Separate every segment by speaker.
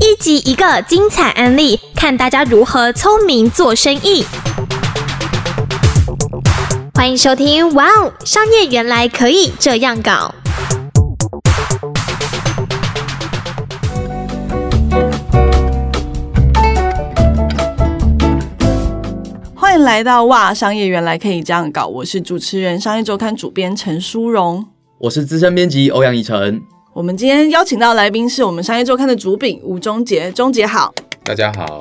Speaker 1: 一集一个精彩案例，看大家如何聪明做生意。欢迎收听《哇哦，商业原来可以这样搞》。
Speaker 2: 欢迎来到哇！商业原来可以这样搞，我是主持人商业周刊主编陈淑荣。
Speaker 3: 我是资深编辑欧阳以晨，
Speaker 2: 我们今天邀请到的来宾是我们商业周刊的主笔吴忠杰，忠杰好，
Speaker 4: 大家好，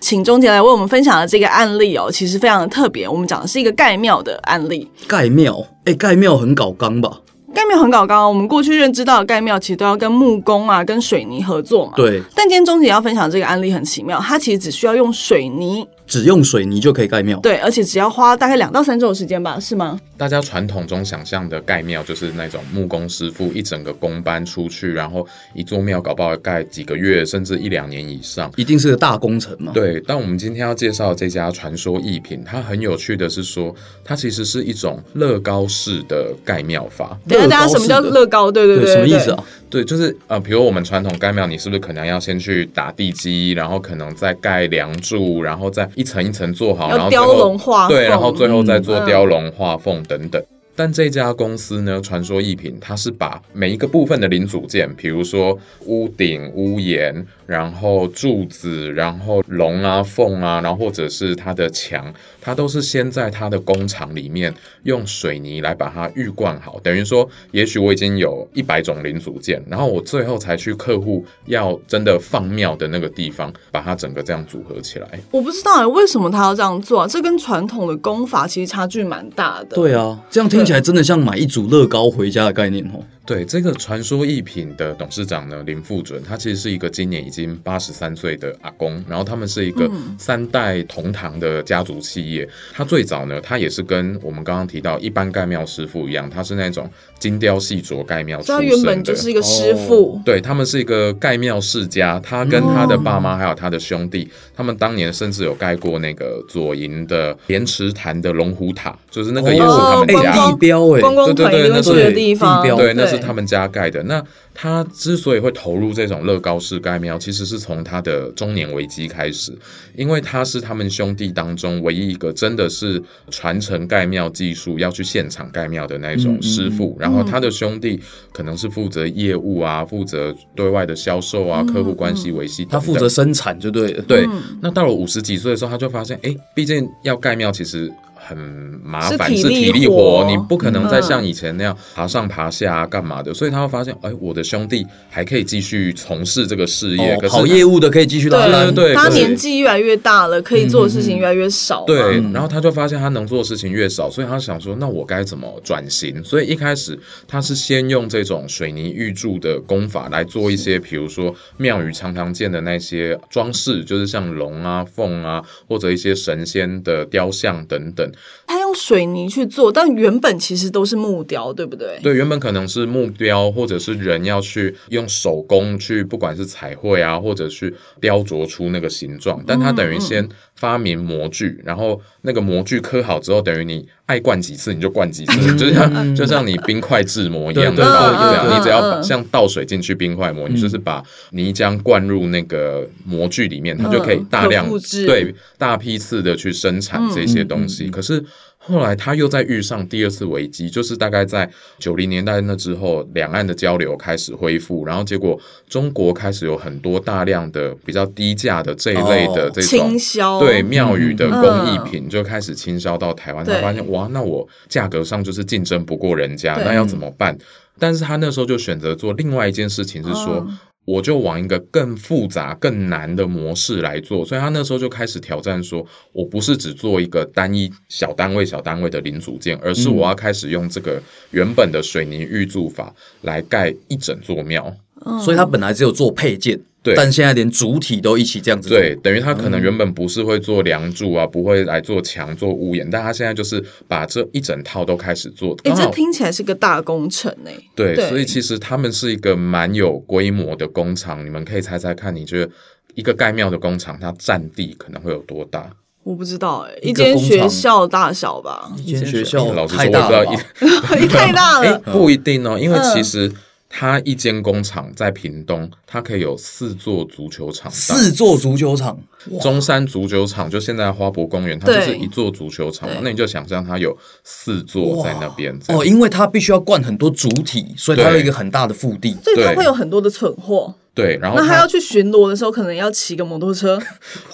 Speaker 2: 请忠杰来为我们分享的这个案例哦，其实非常的特别。我们讲的是一个盖庙的案例，
Speaker 3: 盖庙，哎、盖庙很搞刚吧？
Speaker 2: 盖庙很搞纲哦，我们过去认知到的盖庙其实都要跟木工啊、跟水泥合作嘛。。
Speaker 3: 对，
Speaker 2: 但今天钟姐要分享这个案例很奇妙，它其实只需要用水泥，
Speaker 3: 只用水泥就可以盖庙。
Speaker 2: 对，而且只要花大概两到三周的时间吧，是吗？
Speaker 4: 大家传统中想象的盖庙就是那种木工师傅一整个工班出去，然后一座庙搞不好盖几个月，甚至一两年以上。
Speaker 3: 一定是个大工程嘛？，
Speaker 4: 对，但我们今天要介绍这家传说艺品，它很有趣的是说，它其实是一种乐高式的盖庙法。
Speaker 2: 等一下大家什么叫乐高？对对
Speaker 3: 对，
Speaker 2: 对，
Speaker 3: 什么意
Speaker 2: 对
Speaker 3: 思？啊？
Speaker 4: 对，就是呃，比如我们传统盖庙，你是不是可能要先去打地基，然后可能再盖梁柱，然后再一层一层做好，
Speaker 2: 要
Speaker 4: 然后最后
Speaker 2: 雕龙画
Speaker 4: 对，然后
Speaker 2: 凤
Speaker 4: 最后再做
Speaker 2: 嗯
Speaker 4: 雕龙画凤等等。但这家公司呢，传说艺品，它是把每一个部分的零组件，比如说屋顶、屋檐，然后柱子，然后龙啊、凤啊，然后或者是它的墙，它都是先在它的工厂里面用水泥来把它预灌好，等于说，也许我已经有一百种零组件，然后我最后才去客户要真的放庙的那个地方，把它整个这样组合起来。
Speaker 2: 我不知道哎，为什么他要这样做、啊？这跟传统的功法其实差距蛮大的。
Speaker 3: 对啊，这样听起来真的像买一组乐高回家的概念哦。
Speaker 4: 对这个传说艺品的董事长呢，林富准，他其实是一个今年已经八十三岁的阿公，然后他们是一个
Speaker 2: 嗯
Speaker 4: 三代同堂的家族企业。他最早呢，他也是跟我们刚刚提到一般盖庙师傅一样，他是那种精雕细琢盖庙出
Speaker 2: 所以他
Speaker 4: 身的。
Speaker 2: 原本就是一个师傅，
Speaker 4: 对他们是一个盖庙世家，他跟他的爸妈还有他的兄弟，他们当年甚至有盖过那个左营的莲池潭的龙虎塔，就是那个也是他
Speaker 2: 哦
Speaker 4: 们
Speaker 2: 观
Speaker 4: 家。
Speaker 2: 光
Speaker 3: 哎地标哎、
Speaker 2: 观光
Speaker 4: 对对
Speaker 2: 团
Speaker 4: 对
Speaker 2: 一定会
Speaker 4: 那
Speaker 2: 去
Speaker 4: 对
Speaker 2: 的地方。
Speaker 3: 地标
Speaker 4: 对，那是他们家盖的。那他之所以会投入这种乐高式盖庙，其实是从他的中年危机开始，因为他是他们兄弟当中唯一一个真的是传承盖庙技术，要去现场盖庙的那
Speaker 3: 嗯
Speaker 4: 种师傅。然后他的兄弟可能是负责业务啊，负责对外的销售啊，客户关系维系
Speaker 3: 嗯
Speaker 4: 等
Speaker 3: 他
Speaker 4: 等，
Speaker 3: 负责生产就对了。嗯
Speaker 4: 对，
Speaker 2: 嗯
Speaker 4: 那到了五十几岁的时候，他就发现，哎，毕竟要盖庙其实很麻烦，
Speaker 2: 是体
Speaker 4: 是
Speaker 2: 力
Speaker 4: 体力
Speaker 2: 活
Speaker 4: 活，你不可能再像以前那样爬上爬下啊，干嘛的。所以他会发现，哎，我的兄弟还可以继续从事这个事业，可
Speaker 3: 哦，
Speaker 4: 是
Speaker 3: 跑业务的可以继续拉
Speaker 2: 对
Speaker 3: 单。
Speaker 4: 对
Speaker 2: 他
Speaker 4: 可是
Speaker 2: 年纪越来越大了，可以做的事情越来越少嘛。
Speaker 4: 对，
Speaker 3: 嗯
Speaker 4: 然后他就发现他能做的事情越少，所以他想说，那我该怎么转型？所以一开始他是先用这种水泥预铸的工法来做一些，比如说庙宇常常见的那些装饰，就是像龙啊、凤啊，或者一些神仙的雕像等等。
Speaker 2: 他用水泥去做，但原本其实都是木雕，对不对？
Speaker 4: 对，原本可能是目标，或者是人要去用手工去，不管是彩绘啊，或者去雕琢出那个形状。但它
Speaker 2: 嗯
Speaker 4: 等于先发明模具，然后那个模具刻好之后，等于你爱灌几次你就灌几
Speaker 2: 嗯
Speaker 4: 次， 就像就像你冰块制模一样
Speaker 3: 对
Speaker 4: 的
Speaker 3: 对
Speaker 4: 道理
Speaker 2: 对
Speaker 4: 这
Speaker 2: 对
Speaker 4: 样。你只要把
Speaker 2: 嗯
Speaker 4: 像倒水进去冰块模，你就是把泥浆灌入那个模具里面，它就可以
Speaker 2: 嗯
Speaker 4: 大
Speaker 2: 可
Speaker 4: 量
Speaker 2: 复制嗯
Speaker 4: 对大批次的去生产这些东西。可是后来他又在遇上第二次危机，就是大概在九零年代那之后，两岸的交流开始恢复，然后结果中国开始有很多大量的比较低价的这一类的
Speaker 3: 哦
Speaker 4: 这种
Speaker 2: 清。销
Speaker 4: 对庙宇的
Speaker 2: 嗯
Speaker 4: 工艺品就开始倾销到台湾，他
Speaker 2: 对
Speaker 4: 发现哇，那我价格上就是竞争不过人家，
Speaker 2: 对
Speaker 4: 那要怎么办？但是他那时候就选择做另外一件事情，是
Speaker 2: 哦
Speaker 4: 说我就往一个更复杂、更难的模式来做。所以他那时候就开始挑战说，我不是只做一个单一小单位、小单位的零组件，而
Speaker 2: 嗯
Speaker 4: 是我要开始用这个原本的水泥预铸法来盖一整座庙。
Speaker 2: 嗯
Speaker 3: 所以他本来只有做配件，
Speaker 4: 对
Speaker 3: 但现在连主体都一起这样子做。
Speaker 4: 对，等于他可能
Speaker 2: 嗯
Speaker 4: 原本不是会做梁柱啊，不会来做墙、做屋檐，但他现在就是把这一整套都开始做。
Speaker 2: 哎，
Speaker 4: 刚
Speaker 2: 这
Speaker 4: 好
Speaker 2: 听起来是个大工程哎。
Speaker 4: 对，
Speaker 2: 对
Speaker 4: 所以其实他们是一个蛮有规模的工厂，你们可以猜猜看，你觉得一个盖庙的工厂，它占地可能会有多大？
Speaker 2: 我不知道哎，一
Speaker 3: 一个
Speaker 2: 间
Speaker 3: 工
Speaker 2: 学
Speaker 3: 厂
Speaker 2: 校大小 吧，
Speaker 3: 一间学校
Speaker 4: 老实说，
Speaker 3: 太
Speaker 4: 我不
Speaker 3: 大
Speaker 4: 知
Speaker 3: 了
Speaker 4: 道
Speaker 3: 吧
Speaker 4: 一
Speaker 2: 太大
Speaker 4: 哎
Speaker 2: 了，呃
Speaker 4: 不一定哦，因为其实它一间工厂在屏东，它可以有四座足球场大，
Speaker 3: 四座足球场，
Speaker 4: 中山足球场就现在花博公园，它就是
Speaker 2: 对
Speaker 4: 一座足球场嘛
Speaker 2: 对
Speaker 4: 那你就想象它有四座在那边这样
Speaker 3: 哦，因为它必须要灌很多主体，所以它有一个很大的腹地。
Speaker 2: 所以它
Speaker 4: 对
Speaker 2: 会有很多的存货。
Speaker 4: 对，然后
Speaker 2: 那他
Speaker 4: 它
Speaker 2: 要去巡逻的时候，可能要骑个摩托车。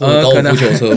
Speaker 4: 呃
Speaker 3: 高
Speaker 4: 可
Speaker 3: 尔
Speaker 4: 能
Speaker 3: 夫球车吧，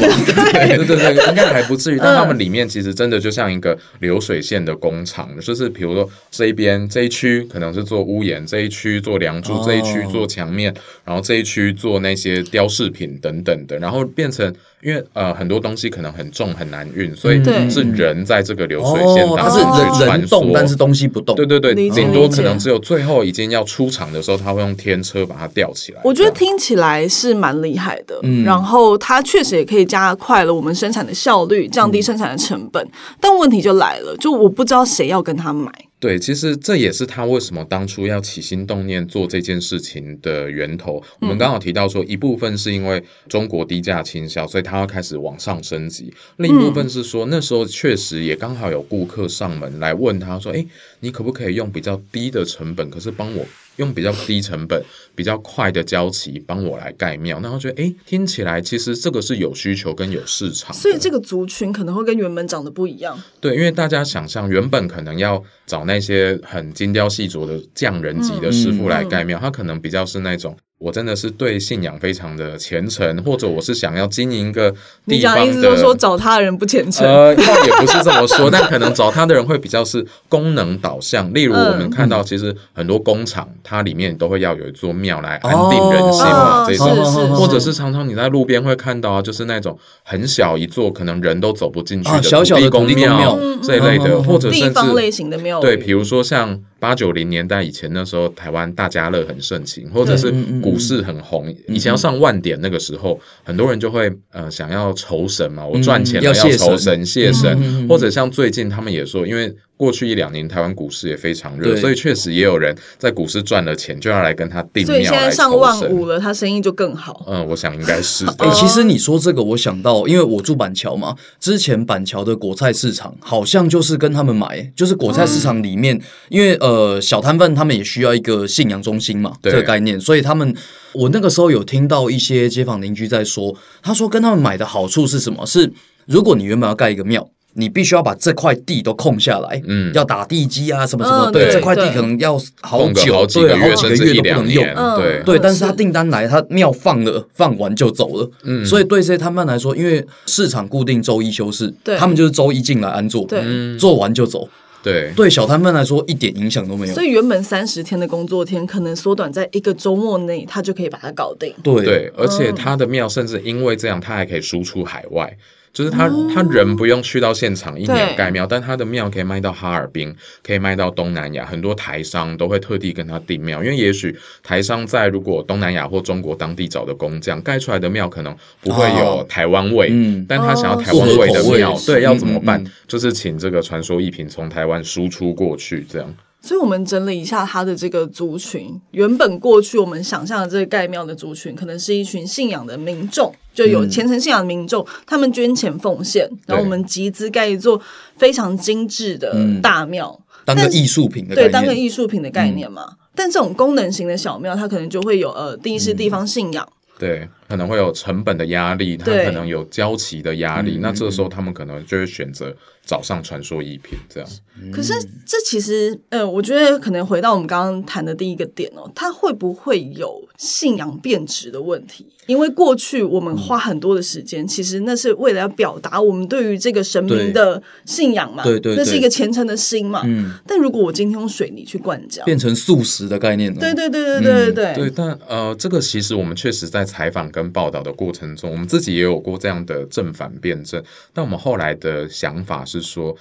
Speaker 4: 对对对对，应该还不至于。但他们里面其实真的就像一个流水线的工厂，就是比如说这一边这一区可能是做屋檐，这一区做梁柱，
Speaker 3: 哦
Speaker 4: 这一区做墙面，然后这一区做那些雕饰品等等的，然后变成因为呃很多东西可能很重很难运，所以
Speaker 2: 对
Speaker 4: 是人在这个流 水线
Speaker 3: 哦，它
Speaker 4: 当
Speaker 3: 是
Speaker 4: 中
Speaker 3: 人
Speaker 4: 去穿
Speaker 3: 人动，
Speaker 4: 梭。
Speaker 3: 但是东西不动。
Speaker 4: 对对对，
Speaker 2: 理解
Speaker 4: 顶多
Speaker 2: 理
Speaker 4: 可
Speaker 2: 解
Speaker 4: 能只有最后已经要出场的时候，他会用天车把它吊起来。
Speaker 2: 我觉得
Speaker 4: 这样
Speaker 2: 听起来是蛮厉害的，
Speaker 3: 嗯
Speaker 2: 然后它确实也可以加快了我们生产的效率，降
Speaker 4: 嗯
Speaker 2: 低生产的成本。但问题就来了，就我不知道谁要跟他买。
Speaker 4: 对，其实这也是他为什么当初要起心动念做这件事情的源头。我
Speaker 2: 嗯
Speaker 4: 们刚好提到说，一部分是因为中国低价倾销，所以它要开始往上升级；另一部
Speaker 2: 嗯
Speaker 4: 分是说，那时候确实也刚好有顾客上门来问他说：“哎，你可不可以用比较低的成本，可是帮我用比较低成本、比较快的交期帮我来盖庙？”然后觉得，哎，听起来其实这个是有需求跟有市场的，
Speaker 2: 所以这个族群可能会跟原本长得不一样。
Speaker 4: 对，因为大家想象原本可能要找那些很精雕细琢的匠人级的
Speaker 2: 嗯
Speaker 4: 师傅来盖庙，他可能比较是那种。我真的是对信仰非常的虔诚，或者我是想要经营一个
Speaker 2: 你
Speaker 4: 地
Speaker 2: 讲
Speaker 4: 方
Speaker 2: 的
Speaker 4: 的。
Speaker 2: 意思就是说找他的人不虔诚，
Speaker 4: 呃，倒也不是这么说，但可能找他的人会比较是功能导向。例如，
Speaker 2: 嗯
Speaker 4: 我们看到其实很多工厂，它里面都会要有一座庙来安定人心嘛，
Speaker 2: 哦
Speaker 4: 这
Speaker 2: 是
Speaker 4: 种。
Speaker 3: 嗯
Speaker 2: 是
Speaker 4: 或者是常常你在路边会看到啊，就是那种很小一座，可能人都走不进去
Speaker 3: 啊
Speaker 4: 的
Speaker 3: 小小的
Speaker 4: 公
Speaker 3: 土地公
Speaker 4: 庙
Speaker 3: 庙嗯
Speaker 4: 这一类
Speaker 3: 嗯嗯
Speaker 4: 的，
Speaker 3: 嗯
Speaker 4: 或者
Speaker 2: 地
Speaker 4: 甚
Speaker 2: 方类
Speaker 4: 至
Speaker 2: 型的庙宇
Speaker 4: 对，比如说像八九零年代以前那时候，台湾大家乐很盛行，或者是
Speaker 3: 对嗯嗯嗯
Speaker 4: 股市很红，以前要上万点那个时候，很多人就会呃想要酬神嘛，我赚钱了
Speaker 3: 嗯要谢
Speaker 4: 酬
Speaker 3: 神
Speaker 4: 神谢神
Speaker 3: 嗯嗯嗯，嗯
Speaker 4: 或者像最近他们也说，因为。过去一两年，台湾股市也非常热，
Speaker 3: 对
Speaker 4: 所以确实也有人在股市赚了钱，就要来跟他订
Speaker 2: 所以
Speaker 4: 庙
Speaker 2: 现
Speaker 4: 来
Speaker 2: 在上
Speaker 4: 酬
Speaker 2: 万
Speaker 4: 神。
Speaker 2: 五了，他生意就更好。
Speaker 4: 嗯，我想应 该是的。
Speaker 3: 哎、其实你说这个，我想到，因为我住板桥嘛，之前板桥的果菜市场好像就是跟他们买，就是果菜市场里面，因为呃小摊贩他们也需要一个信仰中心嘛，
Speaker 4: 对
Speaker 3: 这个概念，所以他们我那个时候有听到一些街坊邻居在说，他说跟他们买的好处是什么？是如果你原本要盖一个庙。你必须要把这块地都空下来，
Speaker 4: 嗯
Speaker 3: 要打地基啊，什么什么，
Speaker 2: 嗯
Speaker 3: 对，
Speaker 2: 对
Speaker 3: 这块地
Speaker 2: 对
Speaker 3: 可能要好
Speaker 4: 空个
Speaker 3: 久，
Speaker 4: 好几
Speaker 3: 对啊
Speaker 4: 个月，
Speaker 3: 好
Speaker 4: 甚
Speaker 3: 几个
Speaker 4: 至
Speaker 3: 月
Speaker 4: 一
Speaker 3: 都不
Speaker 4: 两
Speaker 3: 能用
Speaker 4: 年，，
Speaker 2: 嗯
Speaker 4: 对，
Speaker 3: 对，但是他
Speaker 2: 是
Speaker 3: 订单来，他庙放了，放完就走了。
Speaker 4: 嗯
Speaker 3: 所以对这些摊贩来说，因为市场固定周一休市，
Speaker 2: 对
Speaker 3: 他们就是周一进来安坐，
Speaker 2: 对
Speaker 4: 嗯
Speaker 3: 做完就走。
Speaker 4: 对
Speaker 3: 对小摊贩来说，一点影响都
Speaker 4: 嗯
Speaker 3: 没有
Speaker 2: 所。以原本三十天的工作天，可能缩短在一个周末内，他就可以把它搞定。
Speaker 3: 对嗯
Speaker 4: 对，而且他的庙甚至因为这样，他还可以输出海外。就是他，
Speaker 3: 哦
Speaker 4: 他人不用去到现场一年
Speaker 2: 对
Speaker 4: 盖庙，但他的庙可以卖到哈尔滨，可以卖到东南亚，很多台商都会特地跟他订庙，因为也许台商在如果东南亚或中国当地找的工匠盖出来的庙，可能不会有
Speaker 3: 哦
Speaker 4: 台湾味，
Speaker 3: 嗯
Speaker 4: 但他想要
Speaker 2: 哦
Speaker 4: 台湾味
Speaker 3: 符
Speaker 4: 的
Speaker 3: 合口味
Speaker 4: 庙，对，要怎么办？
Speaker 3: 嗯嗯嗯
Speaker 4: 就是请这个传说一品从台湾输出过去，这样。
Speaker 2: 所以我们整理一下他的这个族群，原本过去我们想象的这个盖庙的族群，可能是一群信仰的民众，就有虔诚信仰的民众，他们捐钱奉献，然后我们集资盖一座非常精致的
Speaker 3: 嗯
Speaker 2: 大庙，
Speaker 3: 当个
Speaker 2: 但是
Speaker 3: 艺术品的
Speaker 2: 对，
Speaker 3: 概
Speaker 2: 当个
Speaker 3: 念。
Speaker 2: 艺术品的概念嘛。但这种功能型的小庙，它可能就会有呃，第一是地方信仰，
Speaker 4: 对，可能会有成本的压力，他
Speaker 2: 对
Speaker 4: 可能有交期的压力，那这时候他们可能就会选择早上传说一品这样。
Speaker 2: 可
Speaker 3: 嗯
Speaker 2: 是这其实，呃，我觉得可能回到我们刚刚谈的第一个点哦，它会不会有信仰变质的问题？因为过去我们花很多的时
Speaker 3: 嗯
Speaker 2: 间，其实那是为了要表达我们对于这个神明
Speaker 3: 对
Speaker 2: 的信仰嘛，
Speaker 3: 对对
Speaker 2: 那是
Speaker 3: 对
Speaker 2: 一个虔诚的心嘛。
Speaker 3: 嗯，
Speaker 2: 但如果我今天用水泥去灌浆，
Speaker 3: 变成素食的概念了。嗯
Speaker 2: 对对对对对对
Speaker 4: 对，但呃，这个其实我们确实在采访跟报道的过程中，我们自己也有过这样的正反辩证。但我们后来的想法是说，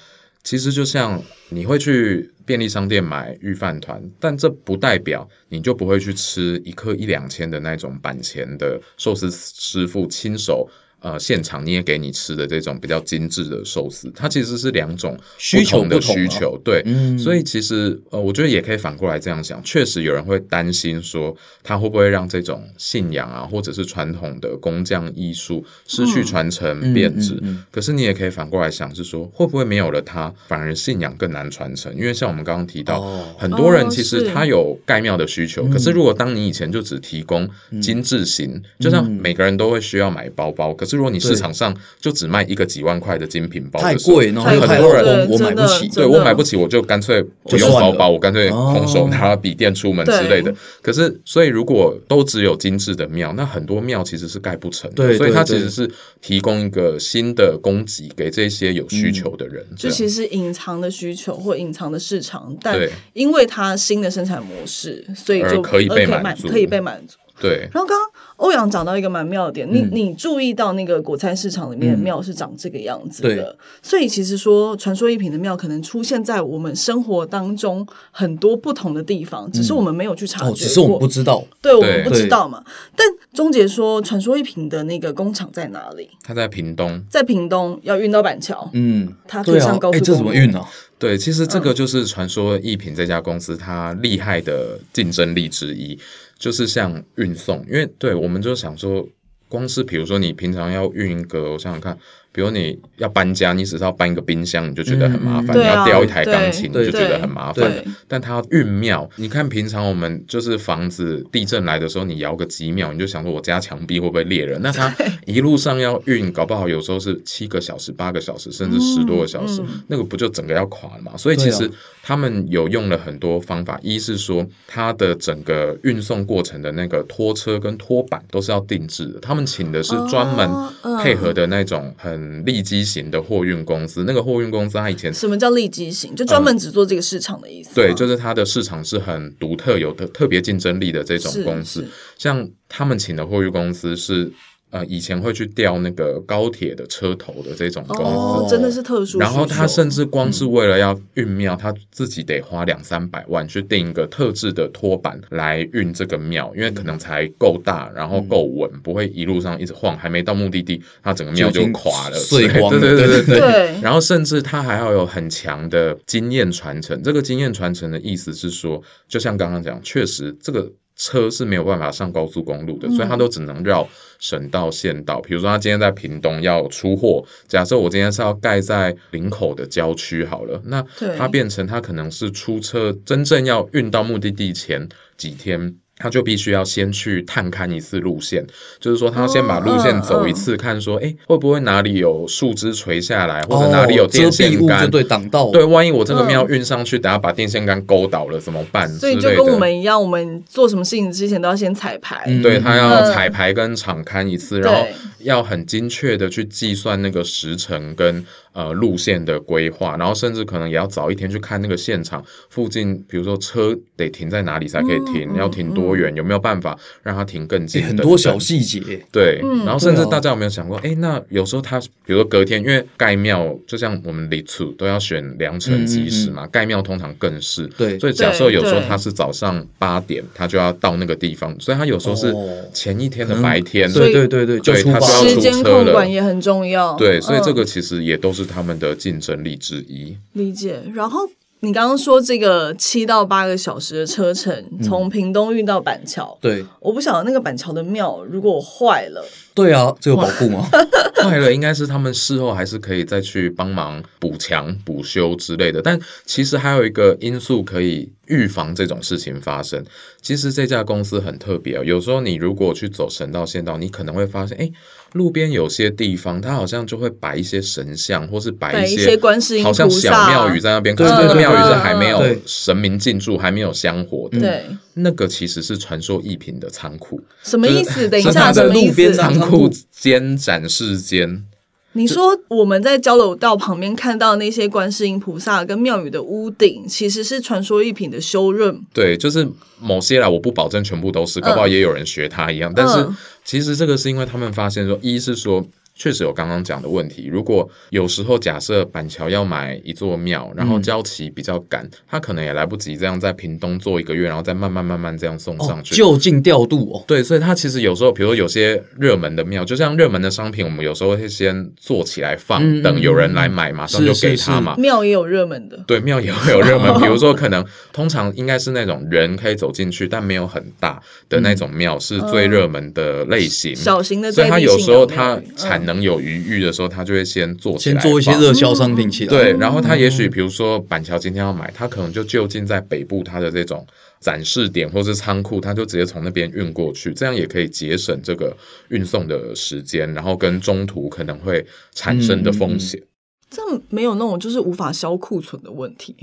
Speaker 4: 其实就像你会去便利商店买御饭团，但这不代表你就不会去吃一克一两千的那种板前的寿司师傅亲手。呃现场捏给你吃的这种比较精致的寿司，它其实是两种
Speaker 3: 需求
Speaker 4: 不同的
Speaker 3: 不同啊
Speaker 4: 需求，对，
Speaker 3: 嗯
Speaker 4: 所以其实呃，我觉得也可以反过来这样想，确实有人会担心说，它会不会让这种信仰啊，或者是传统的工匠艺术失去传承、
Speaker 3: 嗯
Speaker 4: 变质？
Speaker 3: 嗯嗯
Speaker 4: 可是你也可以反过来想，是说会不会没有了它，反而信仰更难传承？因为像我们刚刚提到，
Speaker 3: 哦嗯
Speaker 4: 很多人其
Speaker 2: 哦
Speaker 4: 实
Speaker 2: 是
Speaker 4: 他有盖庙的需求，可是如果当你以前就只提供精致型，就像每个人都会需要买包包，可是如果你市场上就只卖一个几万块的精品包的
Speaker 3: 太
Speaker 4: 时候，
Speaker 3: 贵，然后又
Speaker 4: 很
Speaker 3: 太
Speaker 4: 多
Speaker 3: 镂
Speaker 4: 人
Speaker 2: 对
Speaker 3: 空，我买不起。
Speaker 2: 真
Speaker 4: 对
Speaker 2: 的
Speaker 4: 我买不起，我就干脆不用包
Speaker 3: 就算
Speaker 4: 包，
Speaker 3: 了哦
Speaker 4: 我干脆空手拿笔电出门之类的
Speaker 2: 哦。
Speaker 4: 可是，所以如果都只有精致的庙，那很多庙其实是盖不成的。
Speaker 3: 对
Speaker 4: 所以
Speaker 3: 对
Speaker 4: 它
Speaker 3: 对
Speaker 4: 其实是提供一个新的供给给这些有需求的人。
Speaker 2: 就
Speaker 4: 这样
Speaker 2: 其实隐藏的需求或隐藏的市场，但
Speaker 4: 对
Speaker 2: 因为它新的生产模式，所以
Speaker 4: 而
Speaker 2: 就
Speaker 4: 可以被
Speaker 2: 而
Speaker 4: 满足
Speaker 2: 可以被满足。
Speaker 4: 对
Speaker 2: 然后刚刚欧阳讲到一个蛮妙的点，你你注意到那个果菜市场里面的庙是长这个样子的，所以其实说传说一品的庙可能出现在我们生活当中很多不同的地方，只是我们没有去察觉
Speaker 3: 哦，
Speaker 2: 过，
Speaker 3: 只是我们不知道。
Speaker 2: 对我们不
Speaker 3: 对
Speaker 2: 知道嘛。但钟杰说，传说一品的那个工厂在哪里？
Speaker 4: 它在屏东。
Speaker 2: 在屏东，要运到板桥。
Speaker 3: 嗯，
Speaker 2: 它可以
Speaker 3: 对啊
Speaker 2: 上高，速
Speaker 3: 哎，这怎么
Speaker 2: 公路
Speaker 3: 运啊？
Speaker 4: 对，其实这
Speaker 3: 嗯
Speaker 4: 个就是传说一品这家公司它厉害的竞争力之一，就是像运送，因为对我们就想说，光是比如说你平常要运一个，我想想看，比如你要搬家，你只是要搬一个冰箱，你就觉得很麻
Speaker 3: 嗯
Speaker 4: 烦；
Speaker 2: 对
Speaker 4: 你
Speaker 2: 啊
Speaker 4: 要吊一台钢琴，
Speaker 3: 对
Speaker 4: 你就觉得很麻
Speaker 3: 对
Speaker 4: 烦。但它要运庙，你看平常我们就是房子地震来的时候，你摇个几秒，你就想说我家墙壁会不会裂了？那它一路上要运，搞不好有时候是七个小时、八个小时，甚至十多个小时，
Speaker 2: 嗯嗯
Speaker 4: 那个不就整个要垮了嘛？所以
Speaker 3: 对
Speaker 4: 其
Speaker 3: 啊
Speaker 4: 实他们有用了很多方法，一是说它的整个运送过程的那个拖车跟拖板都是要定制的，他们请的是专
Speaker 2: 哦嗯
Speaker 4: 门配合的那种很利基型的货运公司。那个货运公司它以前
Speaker 2: 什么叫利基型？就专门只做这个市场的意思吗。
Speaker 4: 对，就是它的市场是很独特、有特特别竞争力的这种
Speaker 2: 是
Speaker 4: 公司
Speaker 2: 是。
Speaker 4: 像他们请的货运公司是，呃，以前会去调那个高铁的车头的这种公司。
Speaker 2: 哦，真的是特殊需求。
Speaker 4: 然后他甚至光是为了要运庙，他自己得花两三百万去订一个特制的托板来运这个庙，因为可能才够大，然后够稳，不会一路上一直晃，还没到目的地，它整个庙
Speaker 3: 就已经
Speaker 4: 垮了，
Speaker 3: 碎光了
Speaker 4: 对对对
Speaker 3: 对
Speaker 4: 对
Speaker 2: 对
Speaker 4: 然后甚至他还要有很强的经验传承。这个经验传承的意思是说，就像刚刚讲，确实这个。车是没有办法上高速公路的，
Speaker 2: 嗯
Speaker 4: 所以它都只能绕省道、县道。比如说，他今天在屏东要出货，假设我今天是要盖在林口的郊区好了，那
Speaker 2: 对
Speaker 4: 它变成它可能是出车真正要运到目的地前几天。他就必须要先去探勘一次路线，就是说他要先
Speaker 2: 哦
Speaker 4: 把路
Speaker 2: 嗯
Speaker 4: 线走一次，看说，哎、会不会哪里有树枝垂下来，或者哪里有
Speaker 3: 哦遮
Speaker 4: 电线
Speaker 3: 蔽物
Speaker 4: 杆？
Speaker 3: 就对挡哦道，哎
Speaker 4: 对，万一我这个
Speaker 2: 嗯
Speaker 4: 庙运上去，等下把电线杆勾倒了怎么办？
Speaker 3: 嗯
Speaker 2: 所以
Speaker 4: 之
Speaker 2: 就
Speaker 4: 类
Speaker 2: 跟我
Speaker 4: 的
Speaker 2: 们一样，我们做什么事情之前都要先彩排。
Speaker 3: 嗯
Speaker 4: 对他要
Speaker 2: 嗯
Speaker 4: 彩排跟场刊一次，然后要很精确的去计算那个时程跟呃路线的规划，然后甚至可能也要早一天去看那个现场附近，比如说车得停在哪里才可以停，
Speaker 2: 嗯
Speaker 4: 要停多远，有没有办法让它停更近
Speaker 3: 哎
Speaker 4: 等
Speaker 3: 很
Speaker 4: 等，
Speaker 3: 多小细节。
Speaker 4: 对，
Speaker 2: 嗯
Speaker 4: 然后甚至
Speaker 3: 对啊
Speaker 4: 大家有没有想过，哎、那有时候他，比如说隔天，因为盖庙就像我们礼处都要选良辰吉时嘛，盖庙通常更是，
Speaker 3: 嗯对
Speaker 4: 所以假设
Speaker 2: 对
Speaker 4: 有时候
Speaker 2: 对
Speaker 4: 他是早上八点，他就要到那个地方，所以他有时候是
Speaker 3: 哦
Speaker 4: 前一天
Speaker 3: 可
Speaker 4: 的
Speaker 3: 能
Speaker 4: 白天，
Speaker 2: 所以
Speaker 3: 对对对对，就
Speaker 4: 对
Speaker 3: 出
Speaker 4: 他
Speaker 3: 发
Speaker 4: 就
Speaker 3: 了
Speaker 4: 要出
Speaker 2: 时间控管也很重要。
Speaker 4: 对，所以这
Speaker 2: 嗯
Speaker 4: 个其实也都是他们的竞争力之一。
Speaker 2: 理解。然后你刚刚说这个七到八个小时的车程，
Speaker 4: 嗯
Speaker 2: 从屏东运到板桥，
Speaker 3: 对
Speaker 2: 我不晓得那个板桥的庙如果坏了，
Speaker 3: 对啊，这有保护吗？
Speaker 4: 坏了，应该是他们事后还是可以再去帮忙补强、补修之类的。但其实还有一个因素可以预防这种事情发生。其实这家公司很特别哦，有时候你如果去走神道、县道，你可能会发现，哎，路边有些地方它好像就会摆一些神像，或是摆
Speaker 2: 摆一
Speaker 4: 一
Speaker 2: 些观世音
Speaker 4: 啊好像
Speaker 2: 菩
Speaker 4: 小
Speaker 2: 萨
Speaker 4: 庙宇在那边，可
Speaker 3: 对
Speaker 4: 是那
Speaker 3: 对
Speaker 4: 个
Speaker 3: 对
Speaker 4: 庙宇是
Speaker 3: 对
Speaker 4: 还没有
Speaker 3: 对
Speaker 4: 神明进驻、还没有香火的。
Speaker 2: 对，
Speaker 4: 那个其实是传说一品的仓库，
Speaker 2: 什么意思？等一
Speaker 4: 是
Speaker 2: 下，
Speaker 4: 它
Speaker 2: 什
Speaker 4: 的
Speaker 2: 么意
Speaker 4: 路边
Speaker 2: 思
Speaker 3: 上？
Speaker 4: 仓库兼展示间。
Speaker 2: 你说我们在交流道旁边看到那些观世音菩萨跟庙宇的屋顶，其实是传说一品的修润。
Speaker 4: 对，就是某些啦，我不保证
Speaker 3: 嗯
Speaker 4: 全部都是，搞不好也有人学他一样。但是
Speaker 2: 嗯
Speaker 4: 其实这个是因为他们发现说，一是说。确实有刚刚讲的问题。如果有时候假设板桥要买一座庙，然后
Speaker 3: 嗯
Speaker 4: 交期比较赶，他可能也来不及这样在屏东做一个月，然后再慢慢慢慢这样送
Speaker 3: 哦
Speaker 4: 上，去。
Speaker 3: 就近调度哦，
Speaker 4: 对，所以它其实有时候，比如说有些热门的庙，就像热门的商品，我们有时候会先做起来放，
Speaker 3: 嗯
Speaker 4: 等有人来买，马上
Speaker 3: 是
Speaker 4: 就是给
Speaker 3: 是
Speaker 4: 他嘛。
Speaker 2: 庙也有热门的，
Speaker 4: 对，庙也会有热 门，比如说可能通常应该是那种人可以走进去，但没有很大的那种庙是最热门的类型。
Speaker 2: 嗯小型的
Speaker 4: 嗯所
Speaker 2: 最
Speaker 4: 以
Speaker 2: 低
Speaker 4: 它
Speaker 2: 性
Speaker 4: 有
Speaker 2: 的
Speaker 4: 时候
Speaker 2: 没
Speaker 4: 它
Speaker 2: 嗯
Speaker 4: 产能有余裕的时候，它就会先做起
Speaker 3: 先
Speaker 4: 来
Speaker 3: 做一些
Speaker 4: 放
Speaker 3: 热嗯销商品起来。
Speaker 4: 对，然后它也许比如说板桥今天要买，它可能就就近在北部它的这种展示点或是仓库，它就直接从那边运过去，这样也可以节省这个运送的时间，然后跟中途可能会产生
Speaker 3: 嗯
Speaker 4: 的风险。
Speaker 2: 这没有那种就是无法消库存的问题。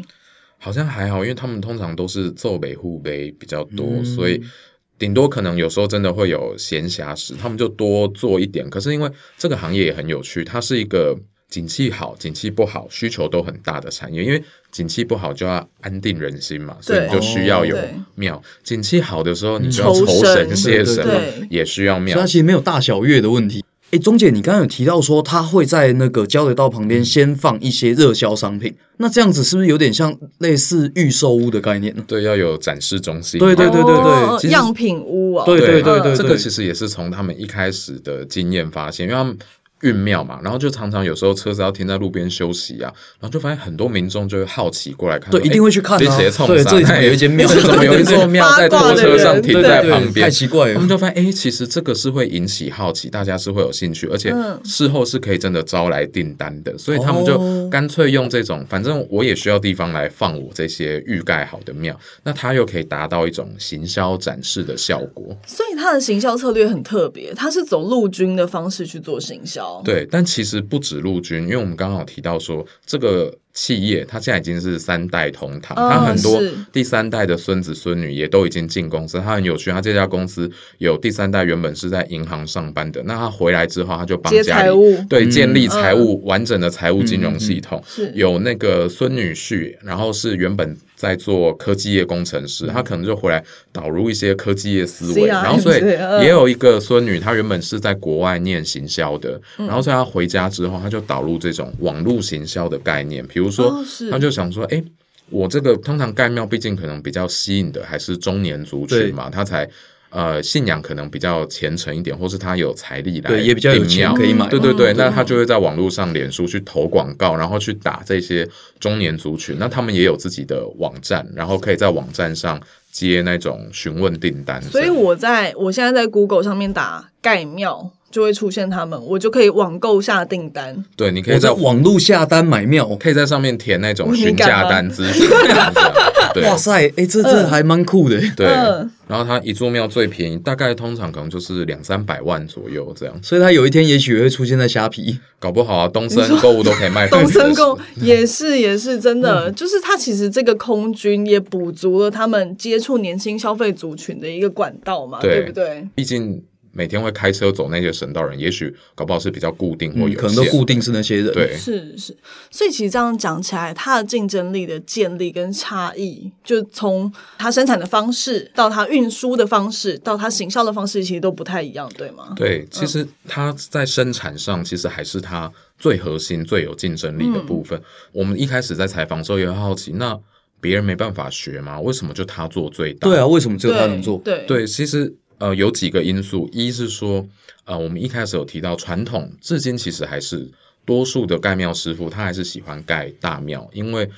Speaker 4: 好像还好，因为他们通常都是奏北护杯比较多，
Speaker 3: 嗯
Speaker 4: 所以顶多可能有时候真的会有闲暇时，他们就多做一点。可是因为这个行业也很有趣，它是一个景气好、景气不好、需求都很大的产业，因为景气不好就要安定人心嘛，所以
Speaker 2: 对
Speaker 4: 你就需要有
Speaker 2: 对
Speaker 4: 庙；景气好的时候，你
Speaker 3: 嗯
Speaker 4: 就要
Speaker 2: 酬
Speaker 4: 酬
Speaker 2: 神
Speaker 4: 神谢神嘛
Speaker 2: 对对，
Speaker 4: 也需要
Speaker 3: 所
Speaker 4: 庙
Speaker 3: 以它。其实没有大小月的问题。哎，钟姐，你刚刚有提到说，它会在那个交流道旁边先放一些热销商品，那这样子是不是有点像类似预售屋的概念呢？
Speaker 4: 对，要有展示中心。
Speaker 3: 对对对对对
Speaker 2: 哦
Speaker 3: 其实
Speaker 2: 样品屋哦，
Speaker 3: 对对对
Speaker 2: 嗯
Speaker 3: 对，
Speaker 4: 这
Speaker 3: 对
Speaker 4: 个其实也是从他们一开始的经验发现，因为他们运庙嘛，然后就常常有时候车子要停在路边休息啊，然后就发现很多民众就会好奇过来看说，哎
Speaker 3: 对一定会去看啊
Speaker 4: 这谁冲哎
Speaker 3: 对这里怎么有一间庙
Speaker 4: 怎么有一座庙在拖车上停
Speaker 3: 对
Speaker 4: 在
Speaker 3: 对对
Speaker 4: 旁边
Speaker 3: 太？奇怪
Speaker 4: 他们
Speaker 3: 了。
Speaker 4: 就发现，哎、其实这个是会引起好奇，大家是会有兴趣，而且
Speaker 2: 嗯
Speaker 4: 事后是可以真的招来订单的，所以他们就
Speaker 3: 哦
Speaker 4: 干脆用这种，反正我也需要地方来放我这些预盖好的庙，那它又可以达到一种行销展示的效果。
Speaker 2: 所以它的行销策略很特别，它是走陆军的方式去做行销。，
Speaker 4: 对，但其实不止陆军，因为我们刚好提到说，这个企业它现在已经是三代同堂，
Speaker 2: 哦
Speaker 4: 它很多
Speaker 2: 是
Speaker 4: 第三代的孙子孙女也都已经进公司。它很有趣，它这家公司有第三代原本是在银行上班的，那他回来之后，他就帮
Speaker 2: 接
Speaker 4: 家
Speaker 2: 财
Speaker 4: 里
Speaker 2: 务
Speaker 4: 对建立
Speaker 2: 嗯
Speaker 4: 财务完整的财务金融系统。
Speaker 2: 是
Speaker 4: 有那个孙女婿，然后是原本在做科技业工程
Speaker 3: 嗯
Speaker 4: 师，他可能就回来导入一些科技业思维，
Speaker 2: CRM
Speaker 3: 啊
Speaker 4: 然后 所以
Speaker 2: 之类的嗯
Speaker 4: 也有一个孙女，她原本是在国外念行销的，
Speaker 3: 嗯
Speaker 4: 然后所以她回家之后，她就导入这种网络行销的概念，比如说
Speaker 2: 哦是，
Speaker 4: 她就想说，哎。我这个通常盖庙，毕竟可能比较吸引的还是中年族
Speaker 3: 对
Speaker 4: 群嘛，他才呃信仰可能比较虔诚一点，或是他有财力来
Speaker 3: 对，也比较有
Speaker 4: 订
Speaker 3: 钱
Speaker 4: 庙
Speaker 3: 可以买。
Speaker 4: 对对对，
Speaker 2: 嗯
Speaker 4: 那他就会在网络上、脸书去投广告，然后去打这些中年族群。那他们也有自己的网站，然后可以在网站上接那种询问订单。
Speaker 2: 所以
Speaker 4: 这样
Speaker 2: 我在我现在在 Google 上面打盖庙，就会出现他们，我就可以网购下订单。
Speaker 4: 对，你可以
Speaker 3: 嗯我
Speaker 4: 在
Speaker 3: 在网络下单买庙。
Speaker 4: 可以在上面填那种
Speaker 2: 我
Speaker 4: 询
Speaker 2: 敏感
Speaker 4: 价
Speaker 2: 吗
Speaker 4: 单资讯。这样子啊 对
Speaker 3: 哇塞，哎，这这还蛮酷的。
Speaker 4: 对
Speaker 2: 嗯，
Speaker 4: 然后它一座庙最便宜，大概通常可能就是两三百万左右这样，
Speaker 3: 所以它有一天也许也会出现在虾皮。
Speaker 4: 搞不好啊，东森购物都可以 卖
Speaker 2: 东森
Speaker 4: 40
Speaker 2: 购也是也是真
Speaker 4: 嗯
Speaker 2: 的，就是它其实这个空军也补足了他们接触年轻消费族群的一个管道嘛，
Speaker 4: 对
Speaker 2: 对不对？
Speaker 4: 毕竟每天会开车走那些省道人，也许搞不好是比较固定或
Speaker 3: 嗯，
Speaker 4: 有限，
Speaker 3: 可能都固定是那些人。啊
Speaker 4: 对，
Speaker 2: 是是，所以其实这样讲起来，它的竞争力的建立跟差异，就从它生产的方式到它运输的方式到它行销的方式，其实都不太一样，对吗？
Speaker 4: 对，其实它在生产上，其实还是它最核心、最有竞争力的部分。我们一开始在采访的时候也很好奇，那别人没办法学吗？为什么就他做最大？
Speaker 3: 对啊，，为什么只
Speaker 2: 对
Speaker 3: 有他能做？
Speaker 2: 对
Speaker 4: 对，其实呃有几个因素，一是说呃我们一开始有提到传统，至今其实还是多数的盖庙师傅他还是喜欢盖大庙，因为。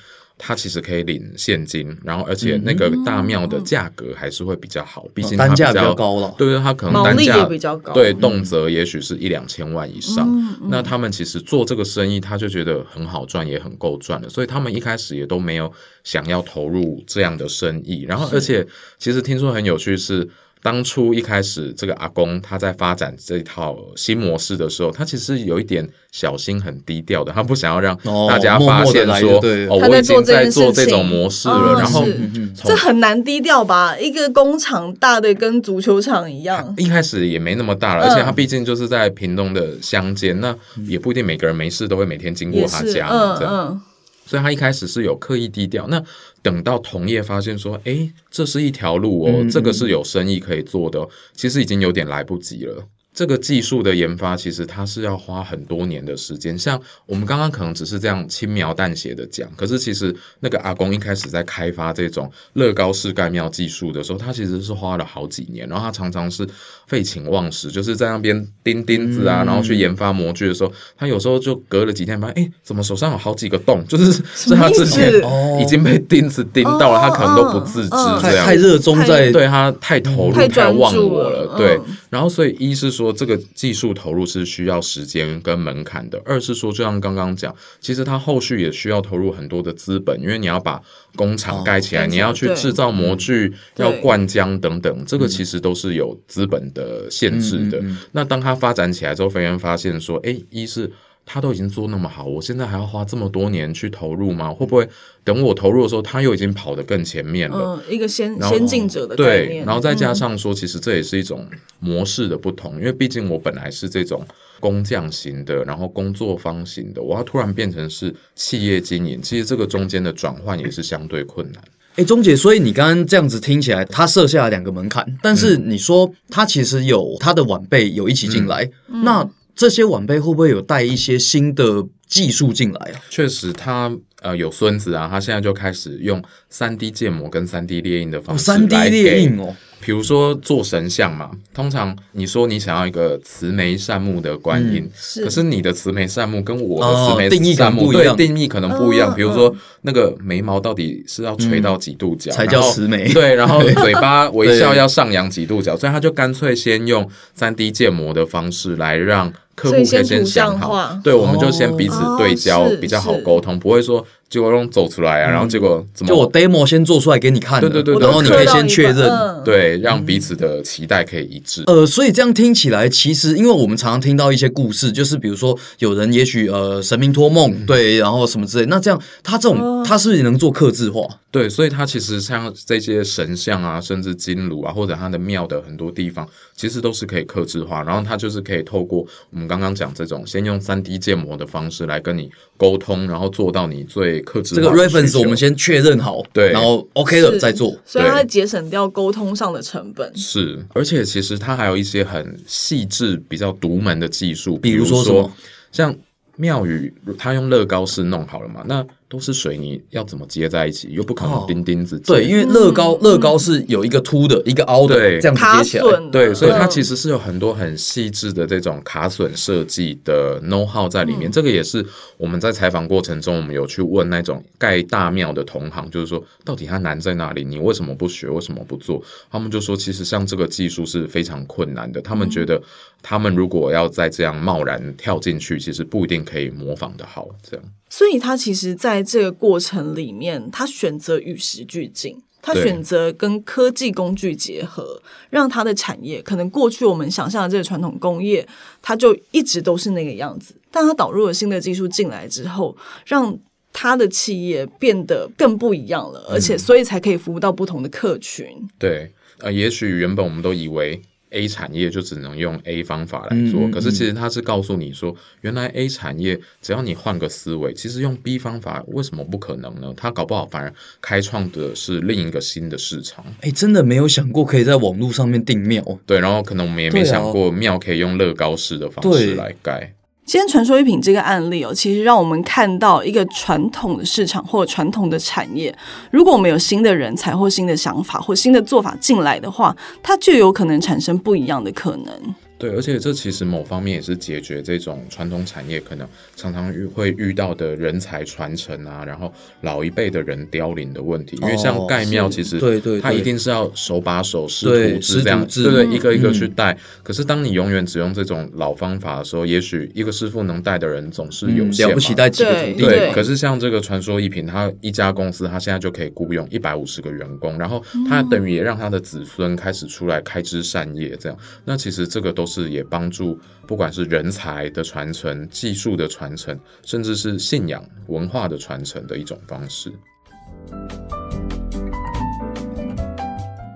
Speaker 4: 他其实可以领现金，然后而且那个大庙的价格还是会比较好，毕竟它
Speaker 3: 哦单价
Speaker 4: 比
Speaker 3: 比
Speaker 4: 较
Speaker 3: 较啊高了。
Speaker 4: 对对，它可能
Speaker 2: 毛
Speaker 4: 单
Speaker 2: 利
Speaker 4: 价
Speaker 2: 也比较高
Speaker 4: 对，动辄也许是一两千万以上。
Speaker 2: 嗯
Speaker 4: 那他们其实做这个生意，他就觉得很好赚，也很够赚了，所以他们一开始也都没有想要投入这样的生意。然后，而且其实听说很有趣是。当初一开始，这个阿公他在发展这套新模式的时候，他其实有一点小心、很低调的，他不想要让
Speaker 3: 哦
Speaker 4: 大家
Speaker 3: 默
Speaker 4: 发
Speaker 3: 默地
Speaker 4: 现
Speaker 3: 来
Speaker 4: 说
Speaker 3: 就对：“了
Speaker 4: 哦，
Speaker 2: 他
Speaker 4: 我
Speaker 2: 在
Speaker 4: 已
Speaker 2: 做
Speaker 4: 经
Speaker 2: 这
Speaker 4: 在
Speaker 2: 件
Speaker 4: 做
Speaker 2: 事
Speaker 4: 这种
Speaker 2: 情
Speaker 4: 模式
Speaker 2: 哦
Speaker 4: 了。”然后
Speaker 2: 是
Speaker 3: 嗯嗯
Speaker 4: 从
Speaker 2: 这很难低调吧？一个工厂大的跟足球场一样，
Speaker 4: 啊一开始也没那么大
Speaker 2: 嗯
Speaker 4: 了，而且他毕竟就是在屏东的乡间，那也不一定每个人没事都会每天经过
Speaker 2: 也
Speaker 4: 他
Speaker 2: 是，
Speaker 4: 家
Speaker 2: 嗯
Speaker 4: 嘛，这样。
Speaker 2: 嗯，
Speaker 4: 所以他一开始是有刻意低调。那等到同业发现说，诶，这是一条路哦，
Speaker 3: 嗯
Speaker 4: 这个是有生意可以做的、哦，其实已经有点来不及了。这个技术的研发，其实它是要花很多年的时间。像我们刚刚可能只是这样轻描淡写的讲，可是其实那个阿公一开始在开发这种乐高式盖庙技术的时候，他其实是花了好几年，然后他常常是废寝忘食，就是在那边钉钉子啊，
Speaker 3: 嗯
Speaker 4: 然后去研发模具的时候，他有时候就隔了几天发现，哎，怎么手上有好几个洞？就是 是他之前
Speaker 2: 什么意思
Speaker 3: 哦
Speaker 4: 已经被钉子钉到了，他可能都不自知
Speaker 2: 哦哦哦
Speaker 4: 这
Speaker 3: 太
Speaker 4: 样
Speaker 3: 太。热衷在
Speaker 4: 对他太投入、
Speaker 2: 太
Speaker 4: 太
Speaker 2: 专
Speaker 4: 忘
Speaker 2: 注
Speaker 4: 我
Speaker 2: 了
Speaker 4: 了，对。
Speaker 2: 嗯
Speaker 4: 然后，所以一是说这个技术投入是需要时间跟门槛的；二是说，就像刚刚讲，其实它后续也需要投入很多的资本，因为你要把工厂
Speaker 3: 哦
Speaker 4: 盖起来，
Speaker 2: 盖起来
Speaker 4: 你要去
Speaker 2: 对
Speaker 4: 制造模具、
Speaker 2: 对
Speaker 4: 要灌浆等等，这个其实都是有资本的限制的。
Speaker 3: 嗯嗯嗯
Speaker 4: 那当它发展起来之后，肥源发现说，哎，一是它都已经做那么好，我现在还要花这么多年去投入吗？会不会等我投入的时候，它又已经跑得更前面了？
Speaker 2: 嗯，一个先
Speaker 4: 然后
Speaker 2: 先进者的概
Speaker 4: 对
Speaker 2: 念，，
Speaker 4: 然后再加
Speaker 2: 嗯
Speaker 4: 上说，其实这也是一种模式的不同，因为毕竟我本来是这种工匠型的，然后工作方型的，我要突然变成是企业经营，其实这个中间的转换也是相对困难。
Speaker 3: 哎，钟姐，所以你刚刚这样子听起来，他设下了两个门槛，但是你说他其实有他的晚辈有一起进来，
Speaker 2: 嗯
Speaker 3: 那这些晚辈会不会有带一些新的技术进来啊？
Speaker 4: 确实他，呃有孙子啊，他现在就开始用三 D 建模跟三 D 列印的方式
Speaker 3: 三 D
Speaker 4: 来给
Speaker 3: 列印哦，
Speaker 4: 比如说做神像嘛，通常你说你想要一个慈眉善目的观音，
Speaker 2: 是
Speaker 4: 可是你的慈眉善目跟我的
Speaker 3: 哦
Speaker 4: 慈眉
Speaker 3: 定义可
Speaker 4: 善
Speaker 3: 能
Speaker 4: 目、
Speaker 3: 不一
Speaker 4: 对
Speaker 3: 样
Speaker 4: 定义可能不一
Speaker 2: 嗯嗯
Speaker 4: 样。比如说那个眉毛到底是要垂到几度角、
Speaker 3: 嗯才
Speaker 4: 然后
Speaker 3: 叫慈眉
Speaker 4: 对，然后嘴巴微笑
Speaker 3: 对
Speaker 4: 要上扬几度角，所以他就干脆先用三 D 建模的方式来让。客户
Speaker 2: 所
Speaker 4: 可
Speaker 2: 以
Speaker 4: 以
Speaker 2: 先
Speaker 4: 先
Speaker 2: 图
Speaker 4: 想
Speaker 2: 像
Speaker 4: 好
Speaker 2: 化，
Speaker 4: 对，我们就先彼此
Speaker 2: 哦
Speaker 4: 对焦
Speaker 2: 是
Speaker 4: 比较好
Speaker 2: 是
Speaker 4: 沟通，不会说结果弄走出来啊，然后结果怎么
Speaker 3: 就我 demo 先做出来给你看了，
Speaker 4: 对对对
Speaker 2: 我都
Speaker 4: 对
Speaker 3: 然后你可
Speaker 2: 刻
Speaker 3: 以
Speaker 2: 到
Speaker 3: 先
Speaker 2: 一
Speaker 3: 确
Speaker 2: 半
Speaker 3: 认，
Speaker 2: 嗯
Speaker 4: 对，让彼此的期待可以一致。
Speaker 3: 呃，所以这样听起来，其实因为我们常常听到一些故事，就是比如说有人也许呃神明托梦，
Speaker 4: 嗯
Speaker 3: 对，然后什么之类。那这样他这种、
Speaker 2: 哦
Speaker 3: 他是不是也能做刻字化？
Speaker 4: 对，所以它其实像这些神像啊，甚至金炉啊，或者它的庙的很多地方，其实都是可以刻制化。然后它就是可以透过我们刚刚讲这种，先用三 D 建模的方式来跟你沟通，然后做到你最刻制
Speaker 3: 这
Speaker 4: 化
Speaker 3: 个
Speaker 4: 的需
Speaker 3: reference
Speaker 4: 求
Speaker 3: 我们先确认好，
Speaker 4: 对
Speaker 3: 然后 OK 了
Speaker 2: 是
Speaker 3: 再做。
Speaker 2: 所以它
Speaker 4: 对
Speaker 2: 会节省掉沟通上的成本。
Speaker 4: 是，而且其实它还有一些很细致、比较独门的技术，
Speaker 3: 比如
Speaker 4: 如
Speaker 3: 说什么
Speaker 4: 像庙宇，它用乐高式弄好了嘛，那都是水泥，要怎么接在一起？又不可
Speaker 3: 哦
Speaker 4: 能钉钉子接、
Speaker 3: 对，因为乐高、乐高是有一个凸的，一个凹的，
Speaker 4: 对
Speaker 3: 这样子
Speaker 2: 嗯卡
Speaker 3: 叠起来。
Speaker 2: 榫啊，
Speaker 4: 对，所以它其
Speaker 2: 实
Speaker 4: 实是有很多很细致的这种卡榫设计的 know how 在里面。这个也是我们在采访过程中，我们有去问那种盖大庙的同行，就是说到底它难在哪里？你为什么不学？为什么不做？他们就说，其实像这个技术是非常困难的。他们觉得，他们如果要再这样贸然跳进去，其实不一定可以模仿的好。这样，
Speaker 2: 所以他其实在这个过程里面，他选择与时俱进，他
Speaker 4: 对
Speaker 2: 选择跟科技工具结合，让他的产业可能过去我们想象的这个传统工业，它就一直都是那个样子。但他导入了新的技术进来之后，让他的企业变得更不一样了，而且所以才可以服务到不同的客群。
Speaker 4: 对，呃，也许原本我们都以为 A 产业就只能用 A 方法来做，
Speaker 3: 嗯嗯
Speaker 4: 可是其实它是告诉你说，原来 A 产业只要你换个思维，其实用 B 方法为什么不可能呢？它搞不好反而开创的是另一个新的市场。
Speaker 3: 哎，真的没有想过可以在网络上面订庙。哦
Speaker 4: 对，然后可能我们也没
Speaker 3: 对啊
Speaker 4: 想过庙可以用乐高式的方
Speaker 3: 对
Speaker 4: 式来盖。
Speaker 2: 今天传说一品这个案例哦，其实让我们看到一个传统的市场或者传统的产业，如果我们有新的人才或新的想法或新的做法进来的话，它就有可能产生不一样的可能。
Speaker 4: 对，而且这其实某方面也是解决这种传统产业可能常常遇会遇到的人才传承啊，然后老一辈的人凋零的问题。因为像
Speaker 3: 哦
Speaker 4: 盖庙，
Speaker 2: 是
Speaker 4: 其实
Speaker 3: 对对
Speaker 4: 它
Speaker 3: 对
Speaker 4: 一定是要手把手师
Speaker 3: 对
Speaker 4: 徒
Speaker 3: 师
Speaker 4: 制这样
Speaker 3: 徒，制
Speaker 4: 对
Speaker 3: 嗯
Speaker 4: 对，一个一个去带。可是当你永远只用这种老方法的时候，也许一个师傅能带的人总是有限
Speaker 3: 嗯
Speaker 4: 嘛。
Speaker 3: 了不起带几个徒弟，
Speaker 2: 对
Speaker 4: 对，可是像这个传说一品，它一家公司，它现在就可以雇佣一百五十个员工，然后它
Speaker 2: 嗯
Speaker 4: 等于也让它的子孙开始出来开枝散叶，这样。那其实这个都是也帮助，不管是人才的传承、技术的传承，甚至是信仰文化的传承的一种方式。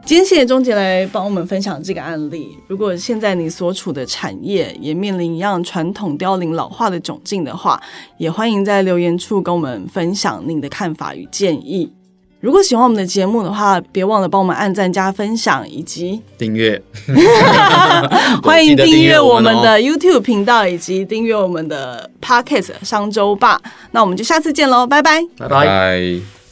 Speaker 2: 今天谢谢钟杰来帮我们分享这个案例。如果现在你所处的产业也面临一样传统凋零老化的窘境的话，也欢迎在留言处跟我们分享您的看法与建议。如果喜欢我们的节目的话，别忘了帮我们按赞、加分享，以及
Speaker 3: 订 阅，
Speaker 2: 欢迎
Speaker 3: 记得
Speaker 2: 订
Speaker 3: 订
Speaker 2: 阅
Speaker 3: 阅
Speaker 2: 我
Speaker 3: 我
Speaker 2: 们
Speaker 3: 们哦
Speaker 2: 的 YouTube 频道，以及订阅我们的 Podcast 商周吧。那我们就下次见喽，拜拜。
Speaker 3: 拜
Speaker 4: 拜
Speaker 3: 拜。
Speaker 4: 拜。